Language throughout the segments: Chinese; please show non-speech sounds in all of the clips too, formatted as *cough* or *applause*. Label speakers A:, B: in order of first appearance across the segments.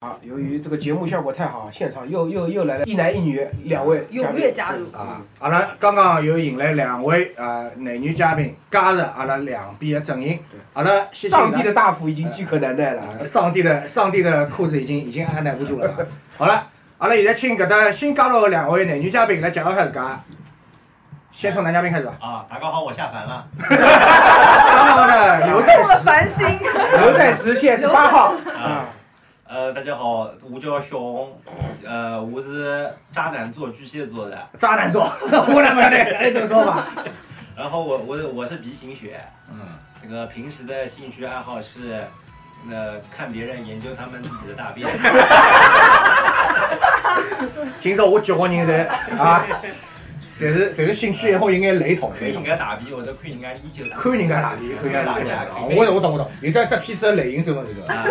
A: 好，啊由于这个节目效果太好，现场又又又来了一男一女两位
B: 踊跃加入
C: 啊！阿拉刚刚又迎来两位啊男女嘉宾加入阿拉两边的阵营
A: 对，
C: 阿拉先
A: 上帝
C: 进
A: 的大福已经饥渴难耐了。
C: 啊上帝的上帝的裤子已经已经按捺不住了
A: *laughs*
C: 啊。好了，阿拉现在请搿搭新加入的两位男女嘉宾来介绍一下自家。先从男嘉宾开始吧。
D: 啊，大家好，我下凡了。
C: 刚刚
A: *laughs*
C: 呢，刘在
B: 这么烦心，
A: 刘在石现啊在是八号啊，
D: 呃，大家好，我叫小红，呃，我是渣男座，巨蟹座的。
C: 渣男座，我来不要来哎来这个说法。
D: 然后我我我是 B 型血，
C: 嗯，
D: 那个平时的兴趣爱好是，呃，看别人研究他们自己的大
C: *laughs*
D: 便。
C: 今朝我九个人侪啊，侪是侪是兴趣爱好有眼雷同。
D: 看人家打逼，我在看人家依旧打。
C: 看人家大逼，看人家大逼
D: 看人家大
C: 啊！
D: 逼
C: 我我懂我懂，有的这批子类型怎么这个？
D: 啊，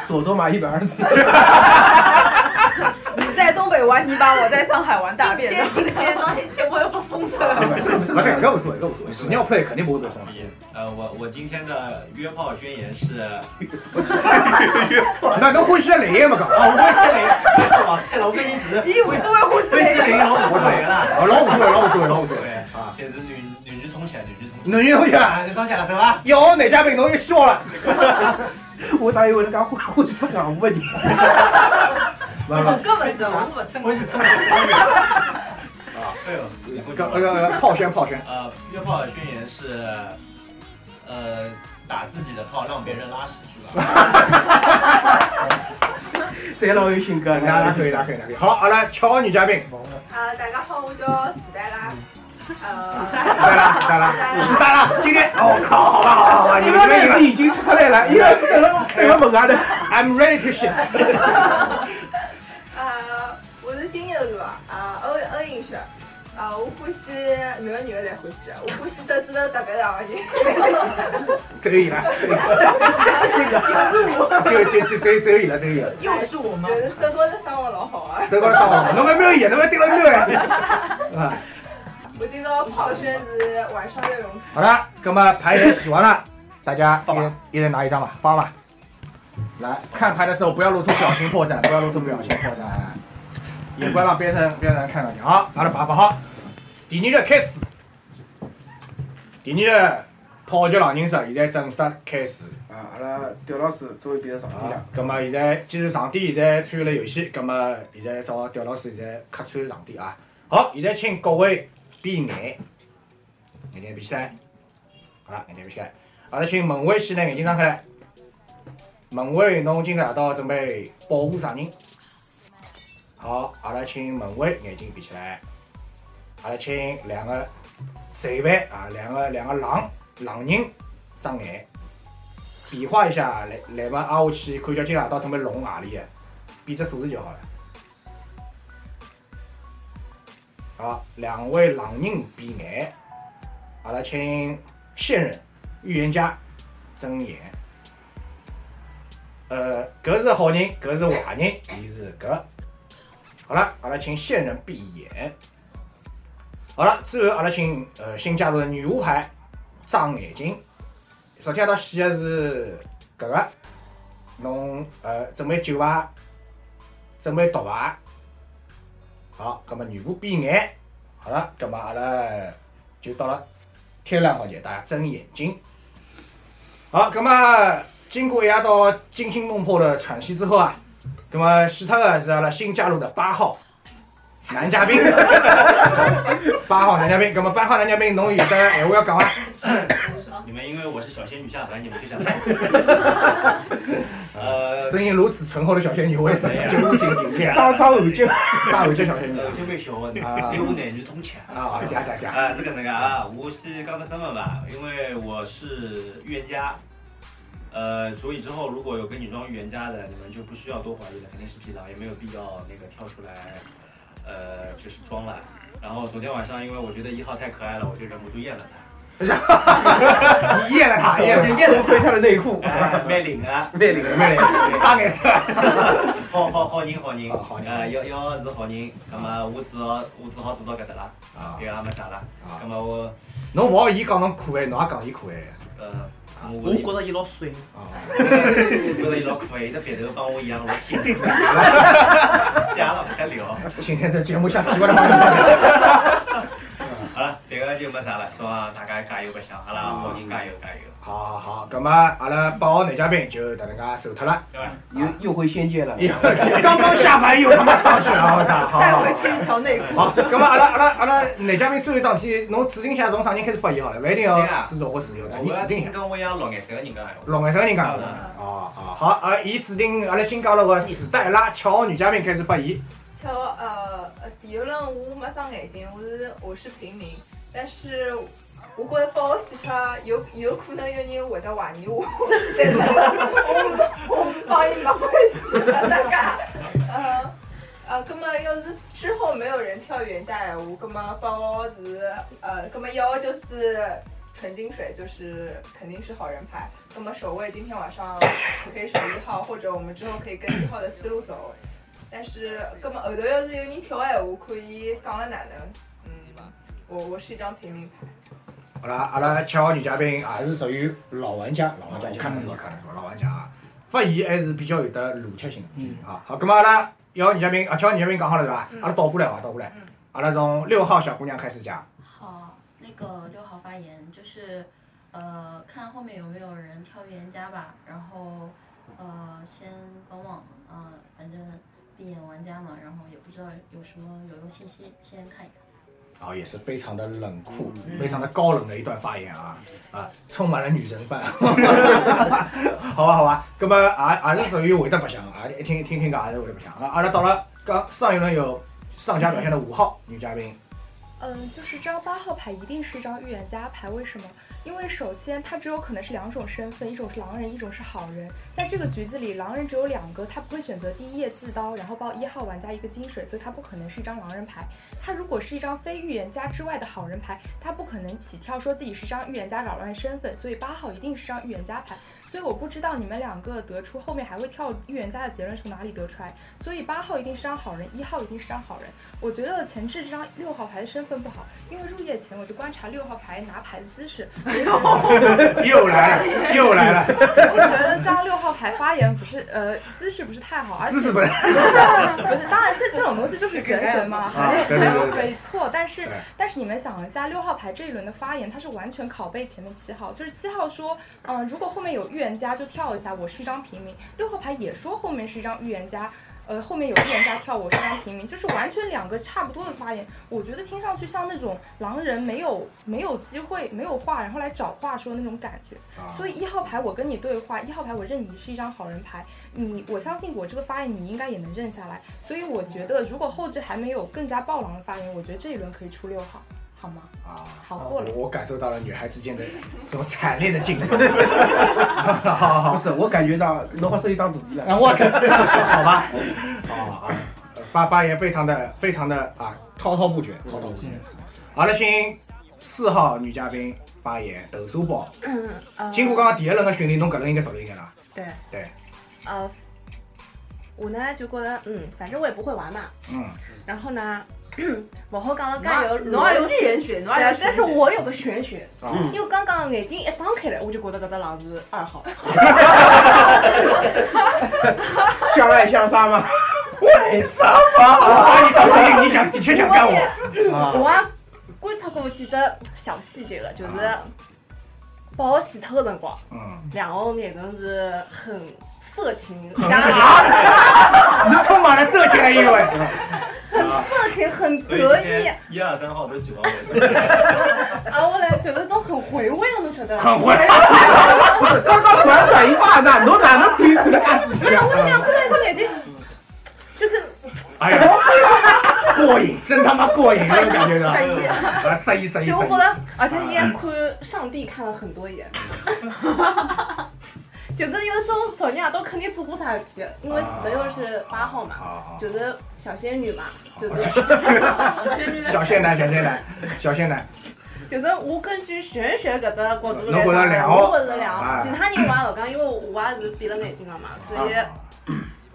A: *laughs* 索多玛一百二十四，
B: 你在东北玩泥巴，我在上海玩大便。
E: *laughs* 我又不
C: *laughs*
E: 疯
A: 不
E: 的。
A: 是不是不
C: 不对，
A: 是，
C: 搿无所谓，搿无所谓，屎尿配肯定不会被封的。
D: 呃，我我今天的约炮宣言
C: *laughs*
D: 是，啊
C: 那侬欢喜的类型没
D: *laughs*
C: 讲？啊，我欢喜类型，
D: 哇塞，我跟你只是
B: 咦，我是为护士
D: 分析零毫无所谓了。
C: *laughs* 啊，老无所谓，老无所谓， *laughs* 老无所
D: *laughs*
C: 谓
D: 对，
C: 啊。
D: 简直女女之通钱，女之通钱。
C: 侬有有啊？
D: 啊，你装假什么？
C: 以后男嘉宾侬有希望了。
A: *laughs* 我当以为人家会会是港问你，
C: 不不，
E: 根本就我不
D: 我去
E: 蹭。
D: 蹭你啊！对
C: 啊
D: 啊了，我
C: 搿搿炮宣炮宣，
D: 啊呃，约炮的宣言是，呃，打自己的炮，让别人拉屎去了。
C: *laughs*
A: 谁老有性格？
C: 那那可以，那可以，那可以。好，阿拉七号女嘉宾，
E: 呃，大家好，我叫史黛拉。
C: 死哒啦，死
E: 呃，
C: 哒啦，死哒啦！今天，我靠，好吧，好吧，好吧，你
A: 你
C: 们
A: 们那
C: 你们你
A: 是
C: 们
A: 已经出来了，因为等了等了猛啊的，
C: ，I'm ready to shit。
E: 呃，我是金牛座，呃，欧欧型血。呃，我欢喜男的女的侪欢喜，我欢喜手指头特别长的人。
C: 只有伊拉，只有伊拉，就就就只有只有伊拉，只有伊拉。
B: *laughs* 又是我吗
E: 就？是手高头生活老好啊！
C: 手高头上网，侬还没有演，侬还盯了没有
E: *laughs*
C: 呀？啊，
E: 我今朝泡轩是晚上要用
C: 好了，那么牌也洗完了，大家
D: 放吧
C: 一人一人拿一张吧，发吧。来看牌的时候不要露出表情破绽，不要露出表情破绽， *laughs* 也不要让别人别人看到你。好，拿了把把好，第二个开始，第二个讨教狼人杀现在正式开始。
A: 啊，阿拉刁老师终于变成上帝
C: 啊
A: 了，，
C: 咁么现在既然上帝现在参与了游戏，咁啊么现在找刁老师现在客串上帝啊。好，现在请各位闭眼，眼睛闭起来。好啦，眼睛闭起来。阿拉请文伟先拿眼睛张开来。文伟，侬今朝夜到准备保护啥人？好，阿拉请文伟眼睛闭起来。阿拉请两个罪犯啊，两个两个狼狼人张眼。比划一下，来来嘛，挨下去看叫今夜到准备弄何里个，比只数字就好了。好，啊两位狼人闭眼，阿拉请现任预言家睁眼。呃，搿是好人，搿是坏人，伊是搿。好了，阿拉请现任闭眼。好了，最后阿拉请呃新加入的女巫牌张眼睛。昨天阿拉选的是搿个，侬呃准备酒牌，准备毒牌。好，葛末女巫闭眼，好了，葛末阿拉就到了天亮环节，大家睁眼睛。好，葛末经过一夜到惊心动魄的喘息之后啊，葛末死脱的是阿拉新加入的八号男嘉宾，八号男嘉宾，葛末八号男嘉宾，侬有得闲话要讲啊伐？
D: 你们因为我是小仙女下凡，你们就想害死我。
C: *laughs*
D: 呃，
C: 声音如此醇厚的小仙女，我也是
D: 谁呀
C: 久不警戒 *laughs* 啊！
A: 张张有劲，
C: 大有这小仙女
D: 呃就被小问
C: 啊
D: 了，只有男女通钱。
C: 啊！嗲嗲嗲！
D: 啊，这个那个啊，我是刚才身份吧，因为我是预言家，呃，所以之后如果有跟女装预言家的，你们就不需要多怀疑了，肯定是皮囊，也没有必要那个跳出来，呃，就是装了。然后昨天晚上，因为我觉得一号太可爱了，我就忍不住验了他，
C: *laughs* 你验了他，验了
A: 也能窥他的内裤，
D: 哎，卖领啊，
A: 魅力
C: 他，妹妹，啥颜色？
D: 好好好人好人
C: 啊好，人
D: 呃，要要是好人，那么我只好我只好做到搿搭啦，
C: 啊
D: 对啊，没啥啦
C: 啊，
D: 那么我
C: 侬勿好伊讲侬可爱，侬也讲伊可爱。
D: 呃，
C: 我
D: 我
C: 觉着伊老水啊，
D: 觉得伊老可以，这别头帮我一样老辛苦，嗲了不得了。
C: 今天这节目像奇怪的方向。
D: 好了，这个就没啥了，希望大家加油白相，阿拉好人加油加油，
C: 好好好，葛么啊阿拉八号男嘉宾就迭能介走脱了，
D: 对吧？
A: 又又回仙界了。
C: 刚刚下班又他妈上去了，我操！好
B: 带
C: 好
B: 回去一条内裤。
C: 好，葛么阿拉阿拉阿拉男嘉宾最后一桩事体，侬指定一下从啥人开始发言好了，勿一定
D: 对
C: 要
D: 啊
C: 是左或是右的，你
D: 我
C: 指
D: 要
C: 定一
D: 听
C: 下。
D: 跟我一样老眼色的人家闲话。
C: 老眼熟人讲
D: 好的
C: 哦哦，好，呃，伊指定阿拉新加入个史黛拉七号女嘉宾开始发言。
E: 巧，呃，呃，第一轮我没长眼睛，我是我是平民，但是我觉着把我洗出来，有有可能有人会得怀疑我，但是我我帮伊没关系，
D: *laughs*
E: 大家，呃。呃，葛么要是之后没有人跳原价闲话，葛么帮我是呃，葛么要就是纯净水，就是肯定是好人牌。葛么守卫今天晚上可以守一号，或者我们之后可以跟一号的思路走。但是，搿么后头要是有人挑闲话，可以讲了哪能？嗯，我我是一张平民牌，
C: 好啦，阿拉七号女嘉宾也是属于老玩家，老玩家
A: 老玩家
C: 看得出，看得出，老玩家啊，发言还是比较有得逻辑性的。
A: 嗯
C: 啊，好，葛么阿拉一号女嘉宾啊，七号女嘉宾讲好了是吧？
E: 嗯
C: 阿拉倒过来伐？倒过来
E: 嗯，
C: 阿拉从六号小姑娘开始讲。
F: 好，那个六号发言就是，呃，看后面有没有人跳预言家吧，然后，呃，先观望，呃，反正闭眼玩家嘛，然后也不知道有什么有用信息，先看一看。
C: 啊，也是非常的冷酷，
F: 嗯
C: 非常的高冷的一段发言啊啊，充满了女神范。好吧好吧，那么也也是属于会得白相啊，一听一听听讲也是会得白相啊。阿拉到了刚上一轮有上家表现的五号女嘉宾，
G: 嗯，就是这张八号牌一定是一张预言家牌，为什么？因为首先它只有可能是两种身份，一种是狼人，一种是好人。在这个局子里，狼人只有两个，他不会选择第一页自刀，然后包一号玩家一个金水，所以他不可能是一张狼人牌。他如果是一张非预言家之外的好人牌，他不可能起跳说自己是张预言家扰乱身份，所以八号一定是张预言家牌。所以我不知道你们两个得出后面还会跳预言家的结论从哪里得出来，所以八号一定是张好人，一号一定是张好人。我觉得前置这张六号牌的身份不好，因为入夜前我就观察六号牌拿牌的
C: *laughs*
G: 姿势，
C: 又来了又来了，
G: 我觉得这张六号牌发言不是呃姿势不是太好，而且
C: 姿势不是
G: *laughs* 不是，当然这这种东西就是玄学嘛，
C: 啊
G: 还
C: 对
G: *laughs*
C: 对
G: 还
C: 对对
G: 有可以错，但是
C: 对
G: 但是你们想一下，六号牌这一轮的发言，它是完全拷贝前面七号，就是七号说，嗯、如果后面有预言家就跳一下，我是一张平民。六号牌也说后面是一张预言家。呃，后面有预言家跳，我是一张平民，就是完全两个差不多的发言。我觉得听上去像那种狼人没有没有机会、没有话，然后来找话说的那种感觉。所以一号牌我跟你对话，一号牌我认你是一张好人牌，你我相信我这个发言你应该也能认下来，所以我觉得如果后置还没有更加暴狼的发言，我觉得这一轮可以出六号，好吗？
C: 啊。
G: 好过
C: 我
G: 了。
C: 我感受到了女孩之间的这种惨烈的竞争，好好
A: 不
C: 好，
A: 是，我感觉到侬好手里当徒弟了。
C: 啊我操， *laughs* 好吧，啊啊，发发言非常的非常的啊滔滔不绝，滔滔不绝。好了，请四号女嘉宾发言，投书包。
H: 呃
C: 经过刚刚第一轮的训练，侬搿轮应该熟练一点啦。
H: 对
C: 对，
H: 呃，我呢就觉得，嗯，反正我也不会玩嘛。
C: 嗯，
H: 然后呢， *clears throat* 往后讲了
B: 侬
H: 介有
B: 也侬也有
H: 逻辑
B: 玄学，侬也有
H: 对
B: 玄，学。
H: 但是我有个玄学，
C: 啊
A: 嗯，
H: 因为刚刚眼睛一张开来，我就觉得搿只狼是二号。
A: 相爱相杀吗？
C: 为什
H: *laughs*
C: 么？哎你当时你想的确想干我啊？
H: 我也观察过几只小细节的，就是
C: 啊
H: 把我洗头的辰光，
C: 嗯，
H: 两号眼神是很
C: *laughs*
H: 色情，
C: 很
H: 加
D: 啊
C: 你充满了色情的意味。啊
H: 色情很
D: 啊所以
H: 得
D: 今
H: 意
D: 天一二三号都喜欢我，
C: *laughs*
H: 啊！我来就是种很回味的，侬晓得伐？
C: 很会，不
H: *laughs*
C: 是刚刚短短一刹那，侬哪能可以看得介仔细啊？
H: 我两看到一只眼睛，就是
C: 哎呀， *laughs* 过瘾，真他妈过瘾，那种感觉是吧？ *laughs* 啊，色一色一
H: 就我
C: 色
H: 觉
C: 一。啊
H: 得，而且伊还看上帝看了很多眼， *laughs* 就是有种昨天夜到肯定做过啥事体，因为死的又是八号嘛，
C: 啊
H: 就是小仙女嘛，
C: *laughs*
H: 就是
C: 啊！小仙男，小仙男，小仙男，
H: 就是我根据玄学搿只角度
C: 侬觉得
H: 来
C: 两
H: 讲，
C: 号
H: 我觉着两
C: 啊
H: 号，其他人我也勿讲，因为我也是闭了眼睛了嘛，所以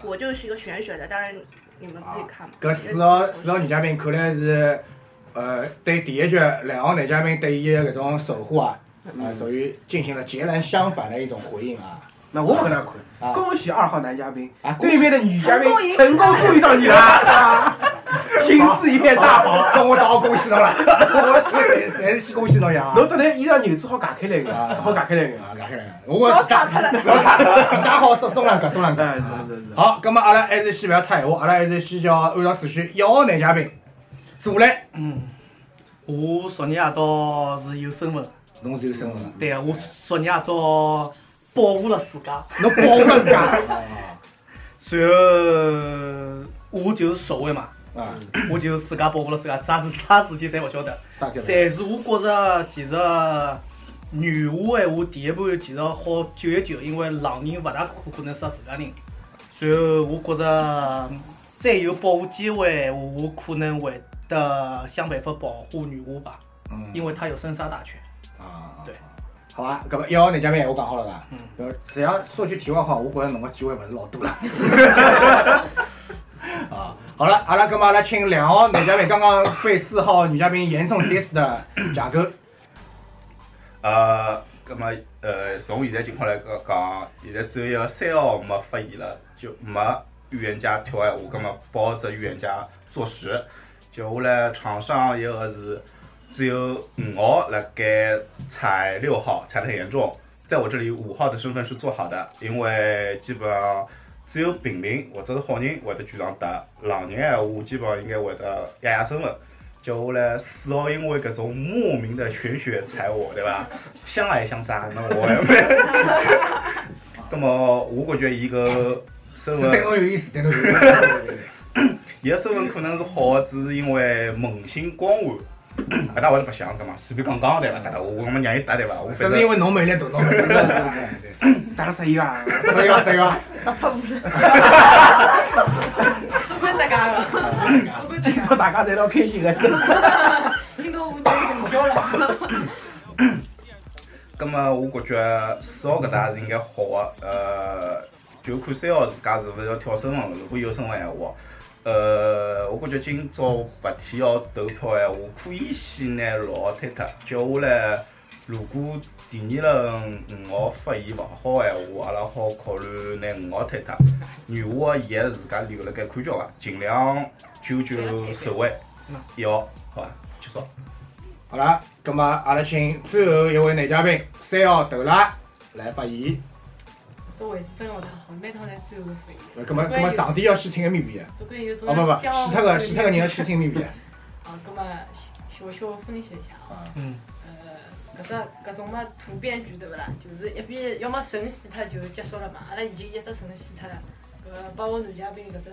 H: 我就是一个玄学的，当然你们自己看嘛。
C: 搿四号四号女嘉宾看来是，呃，对第一局两号男嘉宾对伊的搿种守护啊，
A: 嗯
C: 啊，属于进行了截然相反的一种回应啊
A: 那我不跟他捆
C: 啊，
A: 恭喜二号男嘉宾，
C: 啊！
A: 对面的女嘉宾成功注意到你了，啊 *laughs* 心思一片大 *laughs* 好，
C: 跟我早恭喜到
A: *laughs*
C: 了，我我谁谁是恭喜到呀？
A: 侬等下衣裳袖子好解开来个，
C: 啊
A: 好解开来个。
C: 啊，感谢感谢我打开了，我打打好送送两个，送两个。
A: 哎，是是是。
C: 好，咁么啊阿拉还是先勿要插闲话，阿拉还是先叫按照次序，一号男嘉宾坐下来，
I: 嗯，我昨日夜到是有身份的，
C: 侬是有身份的，
I: 对啊，我昨日夜到保
D: *laughs*
I: 护了自家，
C: 侬保护了自家。
I: 啊随后呃我就是所谓嘛，
C: 啊，
I: 我就自家保护了自家，啥事啥事体侪勿晓得。
C: 啥叫？
I: 但是我觉着其实女话闲话第一盘其实好救一救，因为狼人勿大可可能杀自家人。随后我觉着再有保护机会闲话，我可能会得想办法保护女巫吧，
C: 嗯
I: 因为她有生杀大权。
C: 啊，
I: 对。
C: 好啊，搿么一号男嘉宾我讲好了伐？
I: 嗯
C: 呃，实际上说句题外话，我觉着侬个机会勿是老哦多了。 *laughs* 啊，好了，阿拉搿么阿拉请两号男嘉宾，刚刚被四号女嘉宾严重 diss 的贾哥，
J: 啊，葛么呃，从现在情况来讲讲，现在只有一个三号没发言了，就没预言家跳闲话，葛么帮着预言家做事。接下来场上一个是只有五号辣盖踩六号，踩得很严重。在我这里，五号的身份是做好的，因为基本上只有平民或者是好人会得举上打，狼人闲话基本上应该会得压压身份。接下来四号因为搿种莫名的玄学踩我，对伐？相爱相杀，那我也没。 *laughs* 那么我感觉伊
C: *laughs*
J: 个身
C: 是
J: 份
C: 对侬有意思，对侬有意
J: *coughs*
C: 思。
J: 伊个身份可能是好的，只是因为萌新光
C: *coughs*
J: 环，搿搭我是白相个嘛，随便讲讲对伐？搭搭我我们让伊搭对伐？我
C: 只
J: 反
C: 是因
J: 正
C: 为侬没力大，侬
J: *laughs*
C: *laughs* 没力大。
A: *coughs* 打了十一啊，
C: 谁个谁个？
B: 做官大家了，做
C: *laughs*
B: 官大
A: 今
B: 家，
A: 朝大家侪老开心个，真的
B: 听到我都不笑了。
J: 葛么啊我感觉四号搿搭是应该好个，呃，就看三号自家是勿是要跳身份了。如果有身份闲话，呃，我感觉今朝白天要投票闲话，可以先拿六号推脱，接下来。如果第二轮五号发言勿好闲话，阿拉好考虑拿五号推脱。女巫个伊还是自家留辣盖看叫伐，啊尽量九九首位一号，好伐？结束。
C: 好了，葛么阿拉请最后一位男嘉宾三号头啦来发言。
K: 都会是真我的好，每趟侪最后发言。
C: 葛么葛么上帝要先听个秘密的，
K: 这边有种
C: 哦不不，
K: 江
C: 其
K: 湖
C: 他个
K: 的
C: 其他个人要先听秘密的。
K: *laughs* 啊，那么小小分析一下啊，
I: 嗯，
K: 呃，搿只搿种嘛土编剧对勿啦？就是一边要么神死脱就结束了嘛，阿拉已经一只神死脱了，搿帮我男嘉宾搿只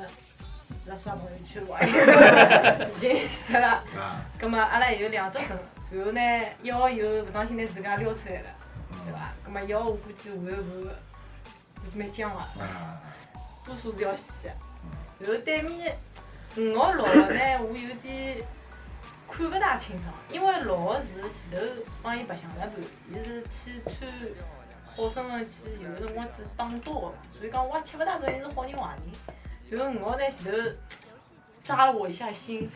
K: 辣刷朋友圈玩意， *laughs* 已经死了。
C: 啊，
K: 葛末阿拉还有两只神，然后呢，一号以后勿当心拿自家撩出来了，对伐？葛末一号我估计下头盘估计蛮僵个，多数是要死个。然后对面五号六号呢， *laughs* 我有点看勿大清爽，因为六号是前头帮伊白相了盘，伊是去穿好身份去，有的辰光子帮刀个嘛，所以讲我也吃勿大准伊是好人坏人。然后五号呢前头扎了我一下心。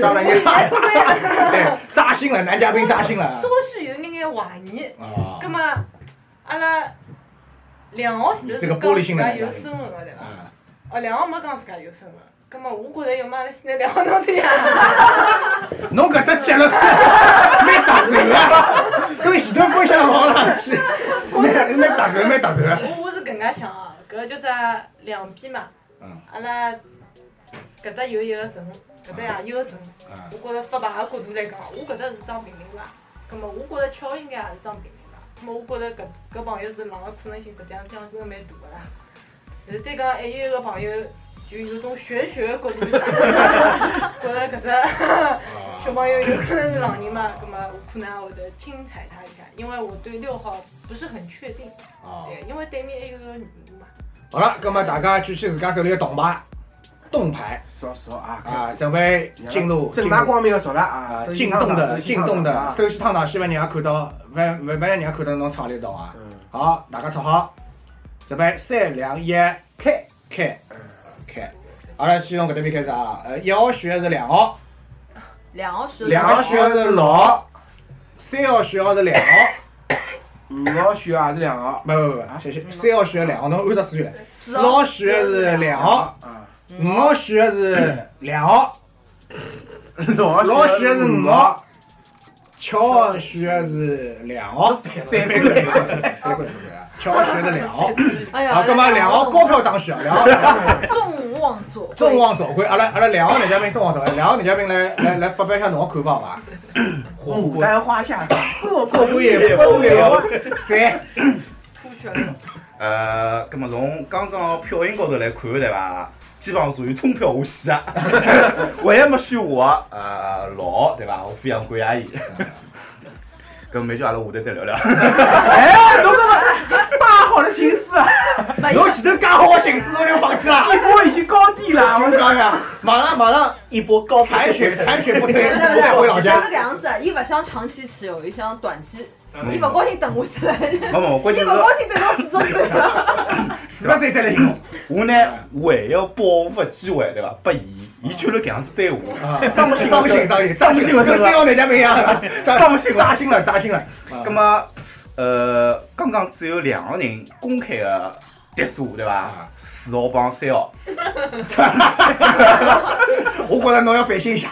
C: 扎了眼，
K: *laughs*
C: 对，扎心了，男嘉宾扎心了
K: 稍。许有眼眼怀疑，
C: 啊
K: 葛，末阿拉两号前头
C: 是个玻璃心的
K: 讲
C: 人
K: 自家有身份个对伐？
C: 啊，
K: 哦，两号没讲自家有身份，葛末我觉着要么阿拉先拿两号弄对呀。
C: 侬搿只结论 *laughs* 蛮打折啊，跟前头分享好
K: *laughs*
C: 了，是蛮蛮打折，蛮打折。
K: 我我是搿能介想啊，搿就是两边嘛
C: 嗯，
K: 阿拉搿搭有一个神，搿搭也有个神。
C: 啊，
K: 我觉着发牌个角度来讲，我搿搭是张平民牌，葛末我觉着巧应该也是张平民牌，葛末我觉着搿搿朋友是狼个可能性，实际上讲真个蛮大个啦。就是再讲还有一个朋友，就有种玄学个角度去觉着搿只小朋友有可能是狼人嘛，葛末我可能也会得轻踩他一下，因为我对六号不是很确定，
C: 啊。
K: 对，因为对面还有个女巫嘛。
C: 好了，葛么大家举起自家手里的铜牌，盾牌
A: 少少啊，
C: 啊， *laughs* 准备进入
A: 正大光明要熟了啊
C: 啊，
A: 手机
C: 进
A: 烫
C: 洞
A: 打
C: 的进
A: 啊
C: 洞的，，手续烫打，希望人家看到，万万万让人家看到侬厂里懂啊
A: 手机烫打啊。嗯，
C: 好，大家坐好，准备三两一，开开开。阿拉先从搿搭边开始啊，呃，一号选的是两号，
E: 两号选
C: 两号选的是六号，三号选的是两号，五号选的还是两号？不不不，啊，三号选的两号，侬按照顺序来。四号选的是两号，五号选的是两号，六号选的是五号，七号选的是两号，反过来反过来反过来，七号 *laughs* 选的两号。
L: *laughs* 哎呀，
C: 好，葛末两号高票当选，两号。
L: *laughs* 众望所归。
C: 众望所归，阿拉阿拉两号男嘉宾，众望所归，两号男嘉宾来来来发表一下侬的看法好伐？牡丹花下赏，做
I: 哦
C: 官也风流。
J: *laughs*
C: 谁？
K: 吐血了。
J: 呃，咁么从刚刚票型高头来看，对伐？基本上属于冲票下
A: *laughs*
J: 线啊，唯一没选我呃老奥，对伐？我非常感谢伊。
A: 嗯
J: *laughs* 咁没叫阿拉下头再聊聊。
A: *laughs* 哎，侬这个大好的心思啊！
C: 侬前头介好的心思，侬就放弃了。
A: 一波已经高地了，
C: 我讲呀，马上马上
I: 一波高
C: 采血采血 *laughs* 不
L: 不
C: 推，不再回老
L: 他
C: 家
L: 是。这样子，伊勿想长期持有，伊想短期
J: 嗯。
L: 伊勿高兴等我起来，伊
J: 没没
L: 勿
J: 关键是
L: 高兴等到四十岁了。
J: 四十岁再来行
C: 嗯
J: 动。我呢，我还要把握机会，对伐？拨伊，伊居然搿样子对我，伤心
C: 啊伤心伤心
J: 伤心了，
C: 跟三号男嘉宾一样，
J: *laughs* 伤心了，
C: 扎心了，扎心了。
J: 葛么，呃，刚刚只有两个人公开的跌数，对
C: 啊
J: 伐？四号帮三号，
C: 我觉着侬要反省一下。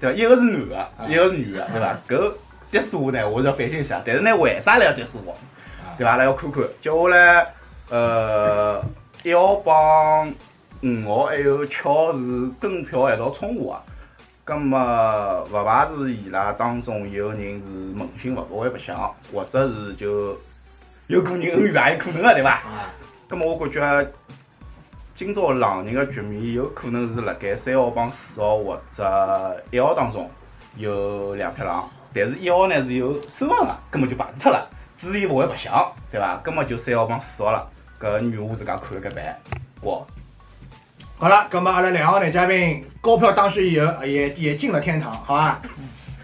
J: 对伐？一个是男的，一个是女的，对伐？搿跌数呢，我是要反省一下。但是呢，为啥来要跌数我？对伐？阿拉要看看。接下来，呃，一号帮五号还有七号是跟票一道冲过啊。咁么，勿排除伊拉当中有个人是问心勿会白相，或者是就有个人恩怨也有可能个，对伐？咁么，我感觉今朝狼人个局面有可能是辣盖三号帮四号或者一号当中有两匹狼，但是一号呢是有身份个，根本就排除脱了，自然勿会白相，对伐？咁么就三号帮四号了，搿女巫自家看了搿办，我
C: 好了，葛么阿拉两号男嘉宾高票当选以后，也也进了天堂，好吧？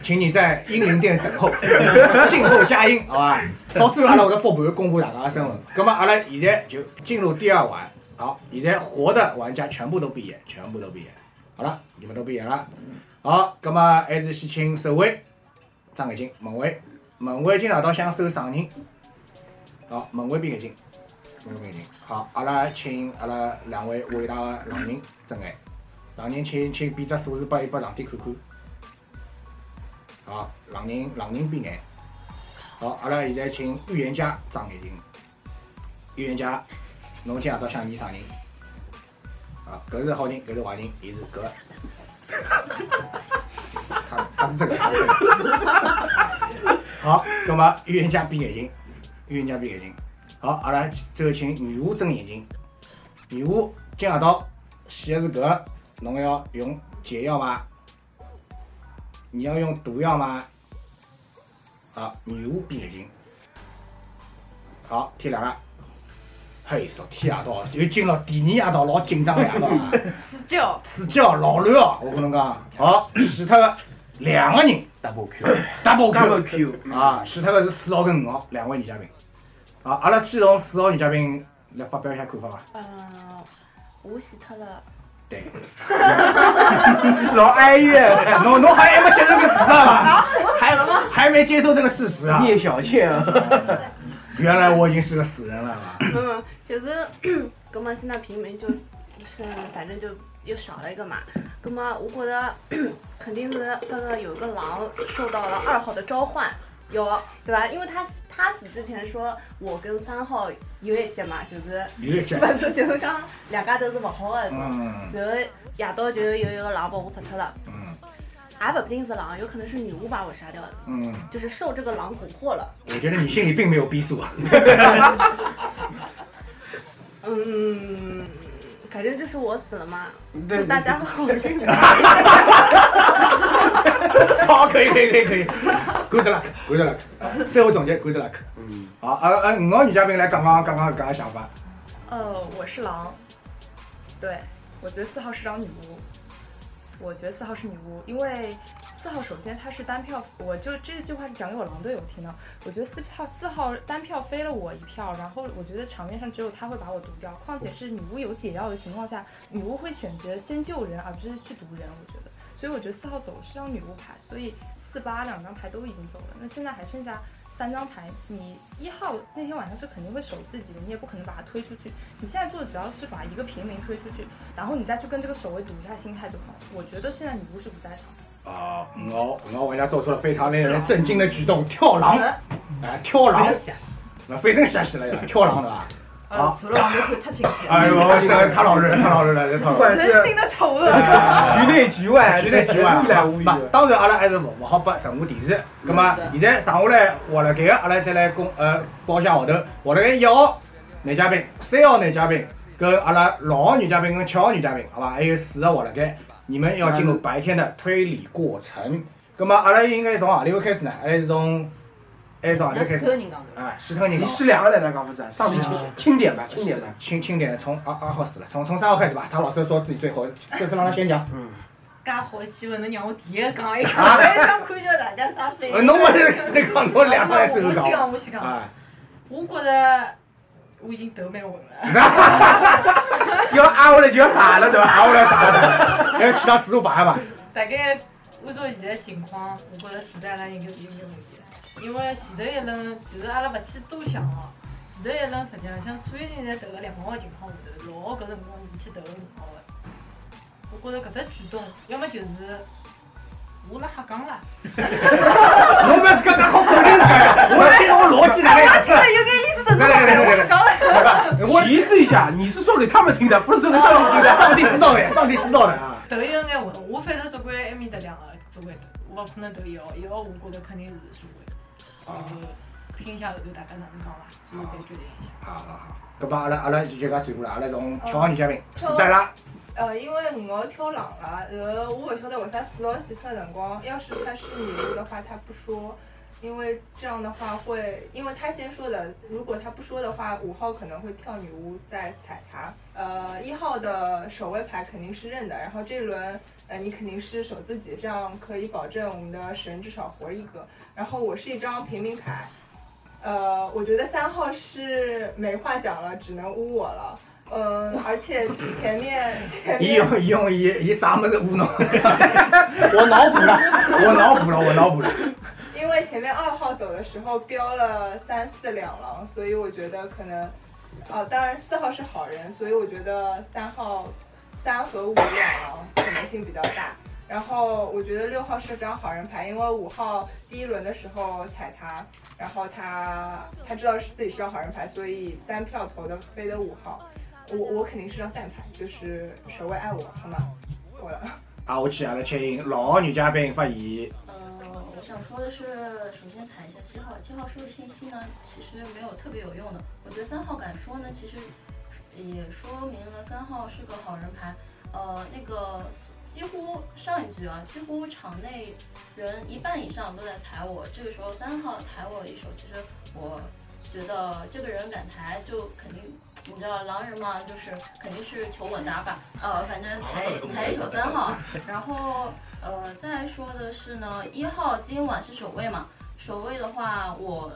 C: 请你在英灵殿等候， *laughs* 静候佳音，好吧？到最后阿拉会得复盘公布大家的身份。葛么阿拉现在就进入第二环，好，现在活的玩家全部都闭眼，全部都闭眼。好了，你们都闭眼了。好，葛么还是先请首位张眼睛，门卫，门卫今朝到想收上人。好，门卫闭眼睛。没有问题。好，阿拉请阿拉两位伟大的老人真爱，老人请请比只数字拨伊拨上帝看看。好，老人老人闭眼。好，阿拉现在请预言家张眼睛。预言家，侬今夜到想念啥人？啊，搿是好人，搿是坏人，伊是搿。 *laughs* 他他是这个，他是这个。好，葛末预言家闭眼睛，预言家闭眼睛。好，阿拉最后请女巫睁眼睛。女巫今夜到洗的是搿个，侬要用解药伐？你要用毒药吗？好，女巫闭眼睛。好，天亮了。嘿，昨天夜到又进了第二夜到，老紧张的夜到啊！
K: 死叫。
C: 刺激哦，老乱哦，我跟侬讲，好，除脱个两个人
J: double Q
C: double
J: Double
C: Q 啊，除脱个是四号跟五号两位女嘉宾。好，阿拉先从四号女嘉宾来发表一下看 *laughs* 法伐？
H: 嗯，我死脱了。 *laughs*
C: 对，老哀怨，侬侬还没接受这个事实啊？还 *laughs* 还没接受这个事实啊？聂小倩， *laughs* 原来我已经是个死人了嘛？
H: 没有，就是 *clears throat* 葛么现在平民就是反正就又少了一个嘛。葛么我觉得肯定是刚刚有一个狼受到了二号的召唤，有对吧？因为他死他死之前说我跟三号有一节嘛，就是
C: 有
H: *laughs*
C: 一节
H: 反正就是讲两家头是勿好的，
C: 嗯
H: 然后夜到就有一个狼把我杀脱了，
C: 嗯
H: 也勿一定是狼，有可能是女巫把我杀掉的，
C: 嗯，
H: 就是受这个狼蛊惑了。
C: 我觉得你心里并没有逼数 *laughs* 啊。
H: 嗯，反正就是我死了嘛，
C: 对
H: 祝大家好运。
C: 好，可以可以可以可以，good luck，good luck，最后总结 good luck。嗯，好，呃呃，五号女嘉宾来讲讲讲讲自家的想法。
G: 呃，我是狼，对，我觉得四号是张女巫，我觉得四号是女巫，因为四号首先她是单票，我就这句话是讲给我狼队友听的。我觉得四票四号单票飞了我一票，然后我觉得场面上只有他会把我毒掉，况且是女巫有解药的情况下，女巫会选择先救人而不是去毒人，我觉得。所以我觉得四号走是张女巫牌，所以四八两张牌都已经走了，那现在还剩下三张牌，你一号那天晚上是肯定会守自己的，你也不可能把它推出去。你现在做的只要是把一个平民推出去，然后你再去跟这个守卫赌一下心态就好。我觉得现在女巫是不在场的。
C: 啊，五号五号玩家做出了非常令人震惊的举动，跳狼，哎，跳狼，那非常吓死了呀，跳啊狼对吧？
L: 呃，除了王就看太平了。
C: 哎呦，这个他老师，他老师来，他老师，不管是
L: 人性的丑恶。
C: *laughs* 局内局
A: 局
C: 外，哎局
A: 内
C: 内
A: 局
C: 局
A: 外
C: 外，
A: 无来无
C: 语。当然，阿拉还是勿勿好拨任何提示。葛末现在剩下来活辣盖个，阿拉再来公呃报一下号头，活辣盖一号男嘉宾，三号男嘉宾，跟阿拉六号女嘉宾跟七号女嘉宾，好伐？还有四个活辣盖，你们要进入白天的推理过程。葛末阿拉应该从何里头开始呢？还是从还是从何里头开
L: 石头
C: 始？
L: 人讲的。
C: 哎，石头人
A: 你是两个人来讲不是？上去轻点吧，轻点吧。
C: 轻轻点，从二二号死了，从从三号开始吧。他老师说自己最后，这次让他先讲。嗯。
K: 介好气氛，侬让我第一个讲一讲，我也想看叫大家啥反
C: 啊呃，
K: 应。
C: 侬勿是在讲侬两个来最后
K: 我先
C: 讲
K: 讲，我先讲。
C: 啊，
K: 我觉着我已经头蛮晕了，
C: 要挨下来就要傻了对伐？挨下来傻了，要其他次数排吧。
K: 大概按照现在情况，我觉着现在阿拉应该是有眼问题了，因为前头一轮就是阿拉勿去多想哦。前头一轮实际上，像所有人侪投个两毛的情况下头，六号搿辰光是去投个五号的。我觉着搿只举动，要么就是我辣瞎
C: *laughs*
K: 讲啦，
C: 侬勿要自家讲好否定自
K: *laughs*
C: 家，啊我要听我逻辑哪能样子？来来来来来来，我
A: 提示一下，你是说给他们听的，不是说给上帝听的，
C: 上帝知道的，上帝知道的啊。
K: 投一有眼稳，我反正总归埃面搭两个总归投，呃我勿可能投一号，一号我觉着肯定是输的。
C: 啊
K: 就听一下后头大家哪能讲伐，然后再决定一下。
C: 好好好，搿帮阿拉阿拉就就搿转过来，阿拉从七号女嘉宾史黛拉，
E: 呃，因为五号跳狼了，然后我不晓得为啥四号洗脱的辰光，要是他是女巫的话，他不说，因为这样的话会，因为他先说的，如果他不说的话，五号可能会跳女巫再踩他。呃，一号的守卫牌肯定是认的，然后这一轮呃你肯定是守自己，这样可以保证我们的神至少活一个。然后我是一张平民牌，呃，我觉得三号是没话讲了，只能污我了。呃，而且前面前
C: 伊
E: 面
C: 用伊用伊伊啥物事糊弄？我脑补了，我脑补了，我脑补了。
E: 因为前面二号走的时候标了三四两狼，所以我觉得可能，哦，当然四号是好人，所以我觉得三号三和五两狼可能性比较大。然后我觉得六号是张好人牌，因为五号第一轮的时候踩他，然后他他知道是自己是张好人牌，所以单票投的飞的五号，我我肯定是张蛋牌，就是守卫爱我，好吗？我了。
C: 啊，我去，阿拉请六号女嘉宾发言。
F: 呃，我想说的是，首先踩一下七号，七号说的信息呢，其实没有特别有用的。我觉得三号敢说呢，其实也说明了三号是个好人牌。呃，那个几乎上一局啊，几乎场内人一半以上都在踩我，这个时候三号抬我一手，其实我觉得这个人敢抬就肯定。你知道狼人嘛，就是肯定是求稳打法，呃，反正抬抬一手三号， *laughs* 然后呃，再说的是呢，一号今晚是守卫嘛，守卫的话，我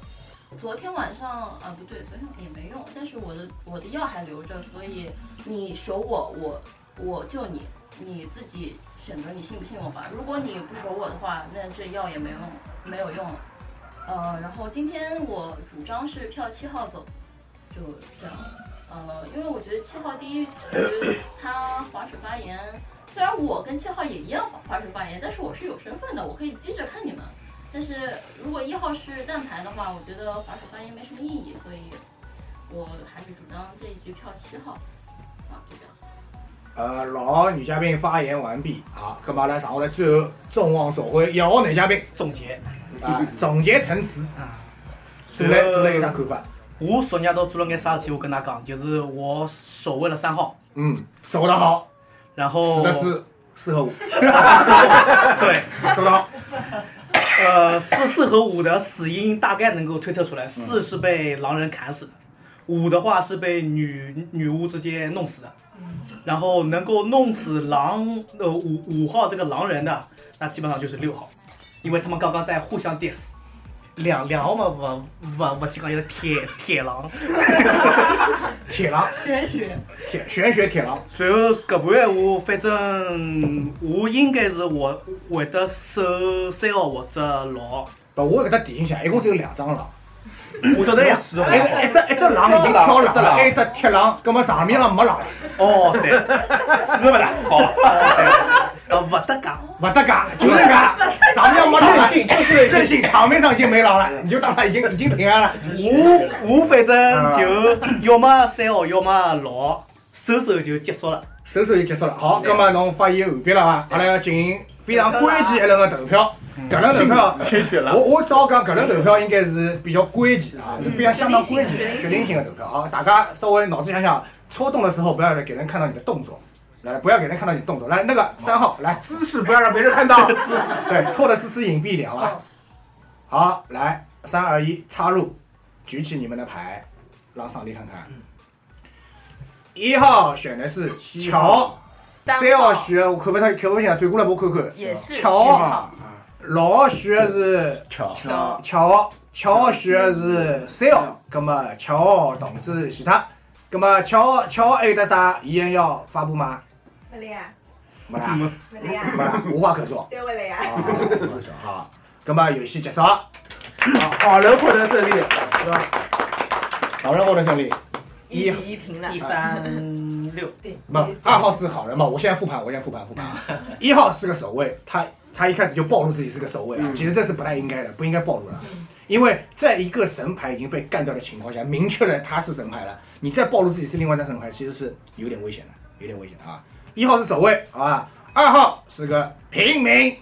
F: 昨天晚上啊、不对，昨天也没用，但是我的我的药还留着，所以你守我，我我救你，你自己选择你信不信我吧。如果你不守我的话，那这药也没用，没有用了。呃，然后今天我主张是票七号走，就这样。呃，因为我觉得七号第一局他划水发言，虽然我跟七号也一样划水发言，但是我是有身份的，我可以接着看你们。但是如果一号是蛋牌的话，我觉得划水发言没什么意义，所以我还是主张这一局票七号。啊，就这样。
C: 呃，六号女嘉宾发言完毕啊，咁么阿拉剩下来最后众望所归，一号男嘉宾
I: 总结
C: 啊， *laughs* 总结陈词
I: 啊，
C: 做来做来有啥看法？
I: 我昨夜到做了眼啥事体，我跟㑚讲，就是我守卫了三号，
C: 嗯，守得好，
I: 然后
C: 死的是四和五，
I: *laughs* 对，
C: 守得好。
I: 呃，四四和五的死因大概能够推测出来，四是被狼人砍死的，五的话是被女女巫直接弄死的，然后能够弄死狼呃五五号这个狼人的，那基本上就是六号，因为他们刚刚在互相 diss。两两号嘛，我我我去讲一个铁铁狼， *laughs*
C: 铁狼，
K: 玄学，
C: 铁玄学铁狼。
I: 随后搿盘闲话，反正我应该是我会得守三号或者六号，
C: 不，我搿只提醒一下，一共只有两张狼。哎
I: 我晓得呀哎
C: 一只一只一只狼已经挑狼了，还有哎一只铁狼，葛么啊上面上没狼。
I: 哦，对，
C: 是勿啦？
I: 啊，
K: 哦
I: 勿搭嘎，
C: 勿搭嘎，就是嘎，上面上没狼了，任性，场面上已经没狼了，你就当他已经已经平安了。
I: 我我反正就要么三号，要么六号，收手就结束了。
C: 收手就结束了。好，葛么侬发言完毕了伐？阿拉要进行非常关键一轮的投票。搿轮投票
J: 开始，了
C: 我我照讲，搿轮投票应该是比较关键啊，是非常相当关键、
J: 嗯
C: 决定性的投票啊！大家稍微脑子想想，抽动的时候不要给人看到你的动作，来，不要给人看到你的动作。来，那个三号，来姿势不要让别人看到， *laughs* 对，错的姿势隐蔽一点，好吧？好，来，三二一，插入，举起你们的牌，让上帝看看。一号选的是乔，
A: 三
C: 三
A: 号
C: 号选我看不太看不清，转过来我看看，
A: 也是一
C: 乔
A: 号。
C: 六号选是
J: 乔
A: 乔
C: 乔乔号选是三号，葛么乔号同志其他，葛么乔号乔号还有得啥遗言要发布吗？
E: 没了呀，
C: 没啦，
E: 没了呀，
C: 没 *laughs* 啦，无话可说。
E: 再回来呀。
C: 好，葛么游戏结束，好人获得胜利，是吧？好人获得胜利，一
L: 一比一平了，
I: 一三六，
L: 对，
C: 不，二号是好人嘛？我现在复盘，我现在复盘复盘。一号是个守卫，他他一开始就暴露自己是个守卫啊，其实这是不太应该的，不应该暴露的啊，因为在一个神牌已经被干掉的情况下，明确了他是神牌了，你再暴露自己是另外一张神牌，其实是有点危险的，有点危险的啊。一号是守卫，好吧？二号是个平民，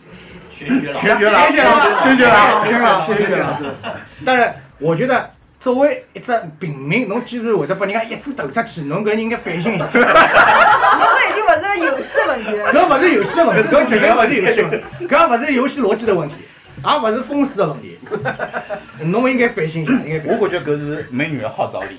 D: 学学
C: 学学了，
J: 学学了
C: 学学了，
J: 学
C: 学
J: 学
C: 学
J: 了
C: 了。但是我觉得。作为一只平民，侬既然会得把人家一子投出去，侬搿人应该反省一下。
L: 搿已经勿是游戏问题了。
C: *laughs* 搿勿是游戏的问题，搿绝对勿是游戏问题，搿勿是游戏逻辑的问题，也勿是风水的问题。侬应该反省一下，应该反省。
J: 我感觉搿是美女的号召力，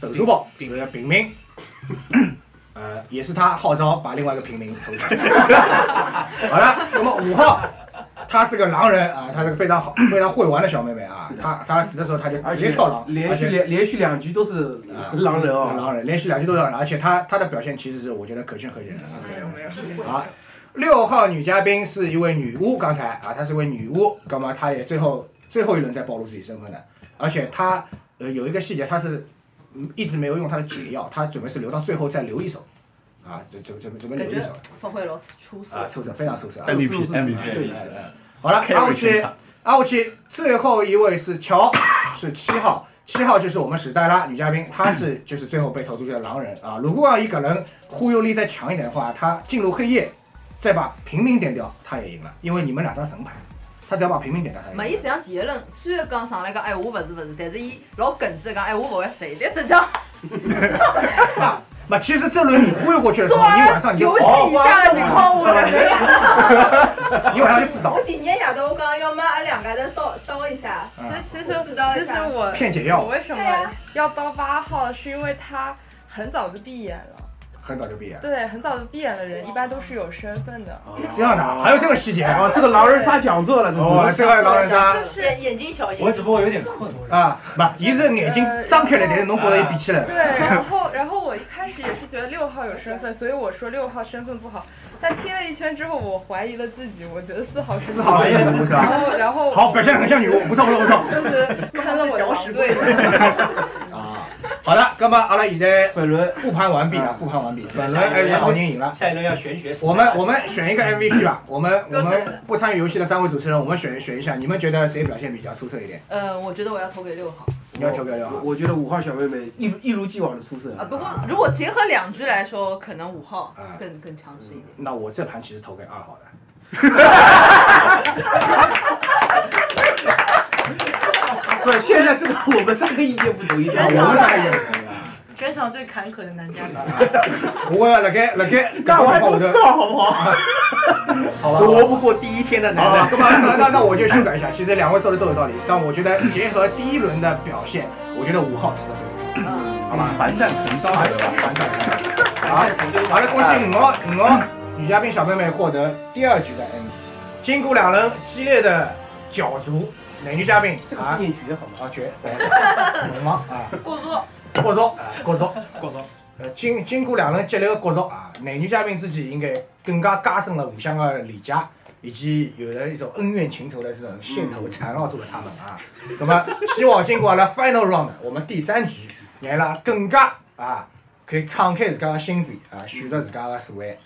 C: 投书包是个平民。呃，也是他号召把另外一个平民投降。 *laughs* 好了，那么五号，她是个狼人啊，她是个非常好、非常会玩的小妹妹啊。她她死的时候，她就
A: 而
C: 直接
A: 且
C: 跳狼，
A: 连续
C: 而且
A: 连连续两局都是 *laughs* 狼人哦，
C: *laughs* 狼人连续两局都是狼人，而且她她的表现其实是我觉得可圈可点的啊。
L: 没有没有没有
C: 好，六号女嘉宾是一位女巫，刚才啊，她是一位女巫，那么她也最后最后一轮才暴露自己身份的，而且她呃有一个细节，她是嗯一直没有用她的解药，她准备是留到最后再留一手，啊，准准准备准备
L: 感
C: 留一
L: 觉
C: 手，
L: 发挥老出色
C: 啊，，出色非常出色啊
J: MVP
C: 出色出色
J: MVP
C: 对对对对好了，阿五七，阿五七，最后一位是
A: *coughs*
C: 乔，是七号，七号就是我们史黛拉女嘉宾，她
A: *coughs*
C: 是就是最后被投出去的狼人啊。如果要一个人忽悠力再强一点的话，她进入黑夜，再把平民点掉，她也赢了，因为你们两张神牌，她只要把平民点掉，她赢
L: 没，
C: 了。
L: 伊实际上第一轮虽然讲上来讲，哎，我勿是勿是，但是伊老耿直地讲，哎，我勿会谁，但实际上
C: 那其实这轮你忽悠过去的时候，
L: 做完
C: 你晚
L: *laughs*
E: 啊
C: 上你就
L: 游戏以下的情况，我来
C: 了，你晚上就知道
E: *laughs* 我第二天夜到我讲，要么俺两个人刀刀一下。
C: 嗯
G: 其实
E: 知道
G: 其
E: 一
G: 实
E: 下
G: 我
C: 骗解药
G: 我为什
E: 对呀
G: 么要到八号，是因为他很早就闭眼了。
C: 很早就毕业了。
G: 对，很早就闭眼的人一般都是有身份的。 *laughs*
C: 这样的啊，还有这个 *laughs* 细节
A: 哦，这个狼人杀讲座了，这是
C: 哦，这个狼人杀。
K: 就是眼睛小眼睛，
D: 我只不过有点困，
C: 啊，不，伊是眼睛张开了，但是侬觉着伊闭起来
G: 呃对，
C: 了。
G: 然后然后我一开始也是觉得六号有身份，所以我说六号身份不好。但听了一圈之后，我怀疑了自己，我觉得四号是
C: 四 *laughs* 号是女巫是吧
G: 然后然后
C: 啊好，表现得很像女巫，不错不错不错。
G: 就是看了我的狼队。
C: 好的，那么阿拉现在本轮复盘完毕
D: 啊
C: 了，复盘完毕，本轮 MVP 好人赢了。
D: 哎下一轮要玄学。嗯
C: 我们我们选一个 MVP 吧，我们我们不参与游戏的三位主持人，我们选选一下，你们觉得谁表现比较出色一点？
L: 呃，我觉得我要投给六号。
C: 你要投给六号
A: 我。我觉得五号小妹妹一如一如既往的出色
L: 啊，不过如果结合两局来说，可能五号
C: 啊
L: 更更强势一点。
C: 那我这盘其实投给二号
A: *laughs*
C: 的。
A: 不，现在这个我们三个意见不统 *laughs* 一，
K: 真的
C: 我们三个人。
K: 全场最坎坷的男嘉宾。
C: 不过辣盖辣盖，
A: 干我还
C: 我
A: 不
C: 的 *laughs*
A: 上好不好？
C: 好吧，
I: 活不过第一天的男人
C: 啊，。那么那那我就修改一下，其实两位说的都有道理，但我觉得结合第一轮的表现，我觉得五号值得收掉，好
I: 嗯
C: 吧？
J: 反战神伤，
C: 对吧？反战神伤。好，好了，恭喜哦五号五号女嘉宾小妹妹获得第二局的 M。经过两轮激烈的角逐，男女嘉宾这个是念绝好吗？啊，绝， *laughs* 龙王啊，
K: 过座，
C: 角逐啊，角逐，角逐。呃，经经过两轮激烈的角逐啊，男女嘉宾之间应该更加加深了互相的理解，以及有了一种恩怨情仇的这种线头缠绕住了他们啊。那么，希望经过阿拉 final round，我们第三局，让伊拉更加啊，可以敞开自家的心扉啊，选择自家的所谓